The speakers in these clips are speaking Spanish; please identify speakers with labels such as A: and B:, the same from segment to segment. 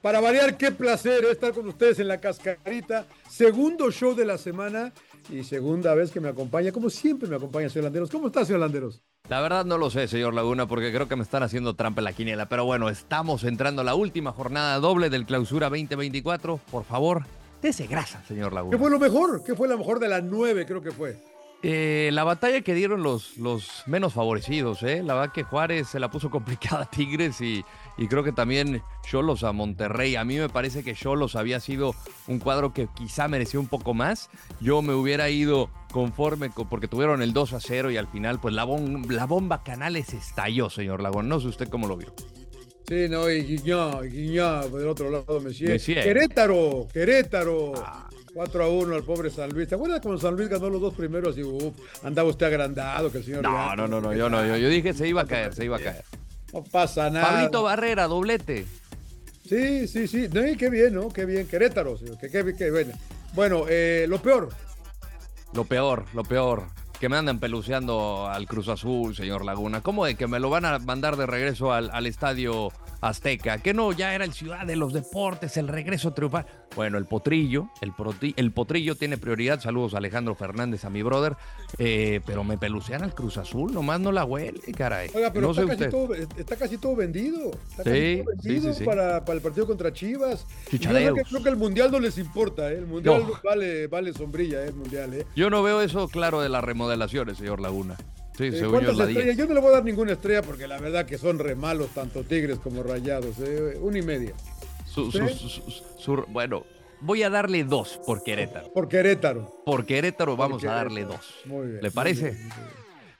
A: Para variar, qué placer estar con ustedes en la cascarita. Segundo show de la semana y segunda vez que me acompaña, como siempre me acompaña, señor Landeros. ¿Cómo estás, señor Landeros?
B: La verdad no lo sé, señor Laguna, porque creo que me están haciendo trampa en la quiniela. Pero bueno, estamos entrando a la última jornada doble del Clausura 2024. Por favor, dese grasa, señor Laguna.
A: ¿Qué fue lo mejor? ¿Qué fue lo mejor de las nueve, creo que fue?
B: Eh, la batalla que dieron los, los menos favorecidos, ¿eh? La verdad que Juárez se la puso complicada a Tigres y, y creo que también Cholos a Monterrey. A mí me parece que Cholos había sido un cuadro que quizá merecía un poco más. Yo me hubiera ido conforme con, porque tuvieron el 2 a 0 y al final pues la, bom- la bomba Canales estalló, señor Lagón. No sé usted cómo lo vio.
A: Sí, no, y Guiñá, Guiñá, del otro lado Messier.
B: Messier. Ah.
A: Querétaro, Querétaro. 4 a 1 al pobre San Luis. ¿Te acuerdas cuando San Luis ganó los dos primeros? Y uff, andaba usted agrandado que el señor.
B: No,
A: Real-
B: no, no, no, yo no, yo, yo dije se iba a caer, se iba a caer.
A: No pasa nada.
B: Pablito Barrera, doblete.
A: Sí, sí, sí. No, y qué bien, ¿no? Qué bien. Querétaro, señor. Qué, qué, qué bueno. Bueno, eh, lo peor.
B: Lo peor, lo peor. Que me andan peluceando al Cruz Azul, señor Laguna. ¿Cómo de que me lo van a mandar de regreso al, al estadio Azteca? Que no, ya era el ciudad de los deportes, el regreso triunfal. Bueno, el potrillo, el, proti- el potrillo tiene prioridad. Saludos a Alejandro Fernández, a mi brother. Eh, pero me pelucean al Cruz Azul, nomás no la huele, caray.
A: Oiga, pero
B: no
A: está,
B: sé
A: casi
B: usted.
A: todo, está casi todo vendido. Está
B: Sí,
A: casi todo
B: sí,
A: vendido
B: sí, sí.
A: Para, para el partido contra Chivas. Y yo creo
B: Chichadeos.
A: que, creo que el Mundial no les importa, ¿eh? El Mundial
B: No.
A: vale, vale sombrilla, ¿eh? El Mundial, ¿eh?
B: Yo no veo eso claro de las remodelaciones, señor Laguna. Sí,
A: Eh,
B: según yo
A: ¿Cuántas
B: es la
A: estrellas?
B: 10.
A: Yo no le voy a dar ninguna estrella porque la verdad que son re malos tanto Tigres como Rayados. ¿eh? Una y media.
B: Su- su- su- su- su- bueno, voy a darle dos por Querétaro.
A: Por Querétaro.
B: Por Querétaro vamos
A: Por
B: a darle
A: Querétaro.
B: dos.
A: Muy bien,
B: ¿Le
A: muy
B: parece?
A: bien, muy bien.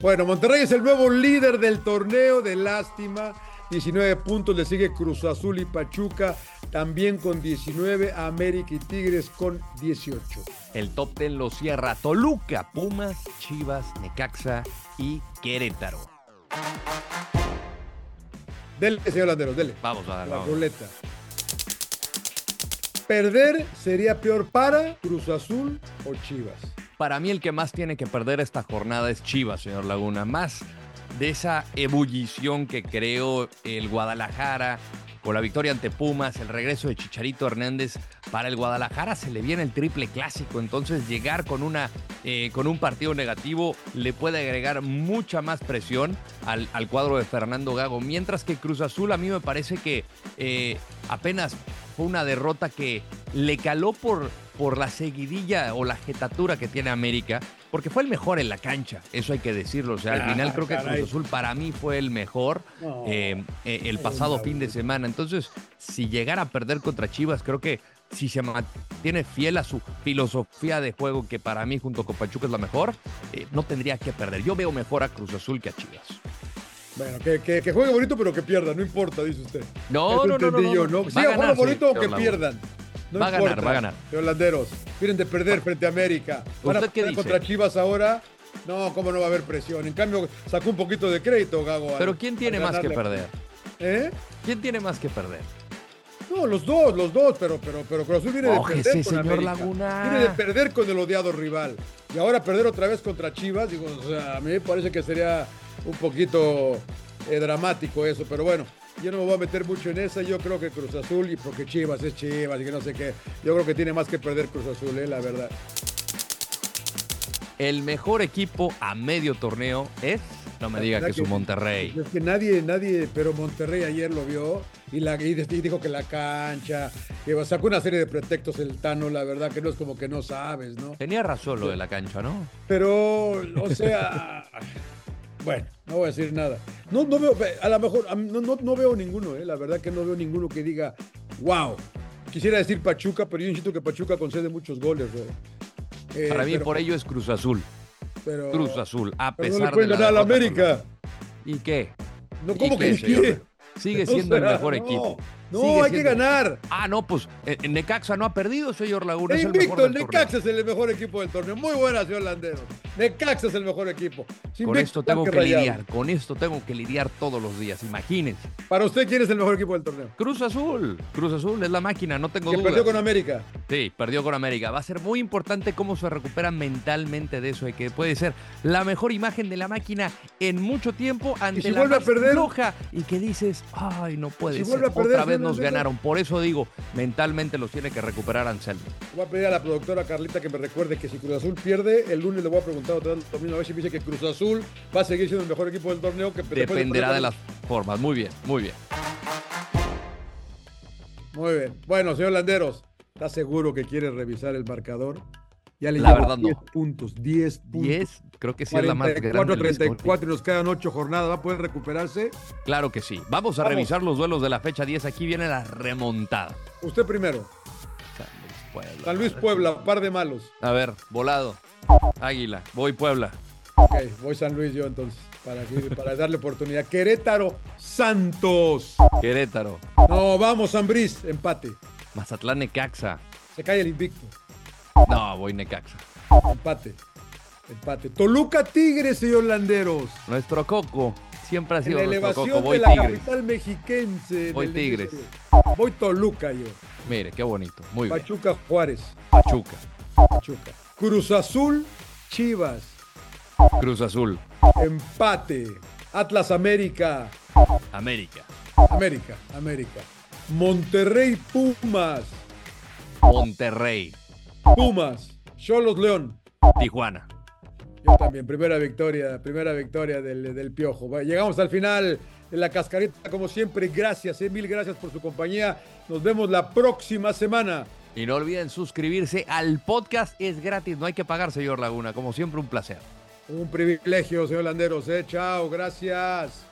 A: Bueno, Monterrey es el nuevo líder del torneo de lástima. 19 puntos, le sigue Cruz Azul y Pachuca también con 19, América y Tigres con 18.
B: El top ten lo cierra Toluca, Pumas, Chivas, Necaxa y Querétaro.
A: Dele, señor Landeros, dele.
B: Vamos a dar.
A: La
B: vamos.
A: ruleta. Perder sería peor para Cruz Azul o Chivas.
B: Para mí el que más tiene que perder esta jornada es Chivas, señor Laguna. Más de esa ebullición que creó el Guadalajara con la victoria ante Pumas, el regreso de Chicharito Hernández. Para el Guadalajara se le viene el triple clásico, entonces llegar con, una, eh, con un partido negativo le puede agregar mucha más presión al, al cuadro de Fernando Gago. Mientras que Cruz Azul a mí me parece que eh, apenas fue una derrota que le caló por, por la seguidilla o la jetatura que tiene América, porque fue el mejor en la cancha, eso hay que decirlo. O sea, al
A: Ah,
B: final creo que
A: caray.
B: Cruz Azul para mí fue el mejor
A: No.
B: eh, eh, el
A: Ay,
B: pasado
A: Raúl.
B: fin de semana. Entonces, si llegara a perder contra Chivas, creo que si se mantiene fiel a su filosofía de juego, que para mí junto con Pachuca es la mejor, eh, no tendría que perder. Yo veo mejor a Cruz Azul que a Chivas.
A: Bueno, que, que- que juegue bonito pero que pierda, no importa, dice usted.
B: No,
A: Eso
B: no, no,
A: entendí
B: no,
A: yo,
B: no.
A: ¿no?
B: Va
A: Sí,
B: a
A: a
B: ganar,
A: juego bonito
B: sí,
A: o que
B: Orlando.
A: pierdan. No
B: Va a ganar,
A: importa,
B: va a ganar.
A: Holanderos, miren de perder frente a América. Van a
B: ¿Usted qué
A: perder
B: dice?
A: contra Chivas ahora. No, cómo no va a haber presión. En cambio, sacó un poquito de crédito, Gago. al-
B: Pero ¿quién tiene
A: al
B: más que
A: ganarle.
B: perder?
A: ¿Eh?
B: ¿Quién tiene más que perder?
A: No, los dos, los dos, pero, pero, pero Cruz Azul viene de
B: Mójese,
A: perder con
B: señor
A: América.
B: Laguna.
A: Viene de perder con el odiado rival. Y ahora perder otra vez contra Chivas, digo, o sea, a mí me parece que sería un poquito eh, dramático eso, pero bueno. Yo no me voy a meter mucho en esa, yo creo que Cruz Azul, y porque Chivas es Chivas y que no sé qué, yo creo que tiene más que perder Cruz Azul, eh, la verdad.
B: El mejor equipo a medio torneo es, no me
A: La
B: diga
A: verdad
B: que su
A: que-
B: Monterrey.
A: Es que nadie, nadie, pero Monterrey ayer lo vio y, la, y de- y dijo que la cancha, que sacó una serie de pretextos el Tano, la verdad que no es como que no sabes, ¿no?
B: Tenía razón lo de la cancha, ¿no?
A: Pero, o sea, bueno, no voy a decir nada. No, no veo, a lo mejor, a mí no, no- no veo ninguno, eh, la verdad que no veo ninguno que diga, wow. Quisiera decir Pachuca, pero yo insisto que Pachuca concede muchos goles, bro. Eh,
B: Para mí
A: pero-
B: por ello es Cruz Azul.
A: pero-
B: Cruz Azul, a
A: pero no le
B: pesar
A: pueden
B: de la
A: ganar a la
B: derrota con-
A: América.
B: ¿Y qué?
A: No, ¿cómo
B: ¿Y
A: que
B: qué, señor?
A: quiere?
B: Sigue
A: O
B: siendo el
A: sea,
B: mejor
A: no.
B: equipo.
A: No,
B: Sigue
A: hay que
B: siendo-
A: ganar.
B: Ah, no, pues eh, Necaxa no ha perdido, señor Laguna.
A: El
B: es el mejor
A: invicto, el
B: del torneo.
A: Necaxa es el mejor equipo del torneo. Muy buena, señor Landero. Necaxa es el mejor equipo. Sin
B: Con
A: Vic,
B: esto tengo que
A: tanque rayado.
B: lidiar, con esto tengo que lidiar todos los días, imagínense.
A: Para usted, ¿quién es el mejor equipo del torneo?
B: Cruz Azul, Cruz Azul es la máquina, no tengo
A: que
B: duda.
A: perdió con América.
B: Sí, perdió con América. Va a ser muy importante cómo se recupera mentalmente de eso, de que puede ser la mejor imagen de la máquina en mucho tiempo ante
A: si
B: la
A: vuelve a
B: más
A: perder?
B: floja y que dices, ay, no puede
A: si
B: ser,
A: vuelve a perder,
B: otra vez
A: no, no,
B: nos
A: no.
B: ganaron. Por eso digo, mentalmente los tiene que recuperar Anselmo.
A: Voy a pedir a la productora Carlita que me recuerde que si Cruz Azul pierde, el lunes le voy a preguntar otra vez lo mismo. A ver si me dice que Cruz Azul va a seguir siendo el mejor equipo del torneo. Que después
B: Dependerá de
A: perder
B: las formas. Muy bien, muy bien.
A: con- Muy bien. Bueno, señor Landeros, ¿está seguro que quiere revisar el marcador? Ya le
B: La
A: llevo
B: verdad, no.
A: 10 puntos, 10 puntos.
B: 10, creo que sí es la más grande. del béisbol.
A: 34 y nos quedan 8 jornadas. ¿Va a poder recuperarse?
B: Claro que sí. Vamos a
A: Vamos.
B: revisar los duelos de la fecha 10. Aquí viene la remontada.
A: Usted primero.
B: San Luis Puebla.
A: San Luis Puebla, par de malos.
B: A ver, volado. Águila, voy Puebla.
A: Ok, voy San Luis yo entonces, para, aquí- para darle oportunidad. Querétaro, Santos.
B: Querétaro,
A: No, vamos, Ambriz, empate.
B: Mazatlán Necaxa.
A: Se cae el invicto,
B: No, voy Necaxa.
A: empate. Empate. Toluca Tigres y Holanderos.
B: Nuestro Coco siempre ha
A: En
B: sido
A: la
B: nuestro
A: elevación
B: Coco. Voy
A: de la
B: Tigres.
A: capital mexiquense. en
B: Voy
A: el
B: Tigres.
A: inicio. Voy Toluca yo.
B: Mire, qué bonito. Muy bien.
A: Pachuca Juárez.
B: Pachuca,
A: Pachuca. Cruz Azul, Chivas.
B: Cruz Azul,
A: Empate. Atlas América.
B: América,
A: América, América. Monterrey Pumas.
B: Monterrey,
A: Pumas. Cholos León.
B: Tijuana.
A: Yo también, primera victoria, primera victoria del, del Piojo. Va, Llegamos al final de la cascarita, como siempre. Gracias, eh, mil gracias por su compañía. Nos vemos la próxima semana.
B: Y no olviden suscribirse al podcast. Es gratis, no hay que pagar, señor Laguna. Como siempre, un placer.
A: Un privilegio, señor Landeros. eh. Chao, gracias.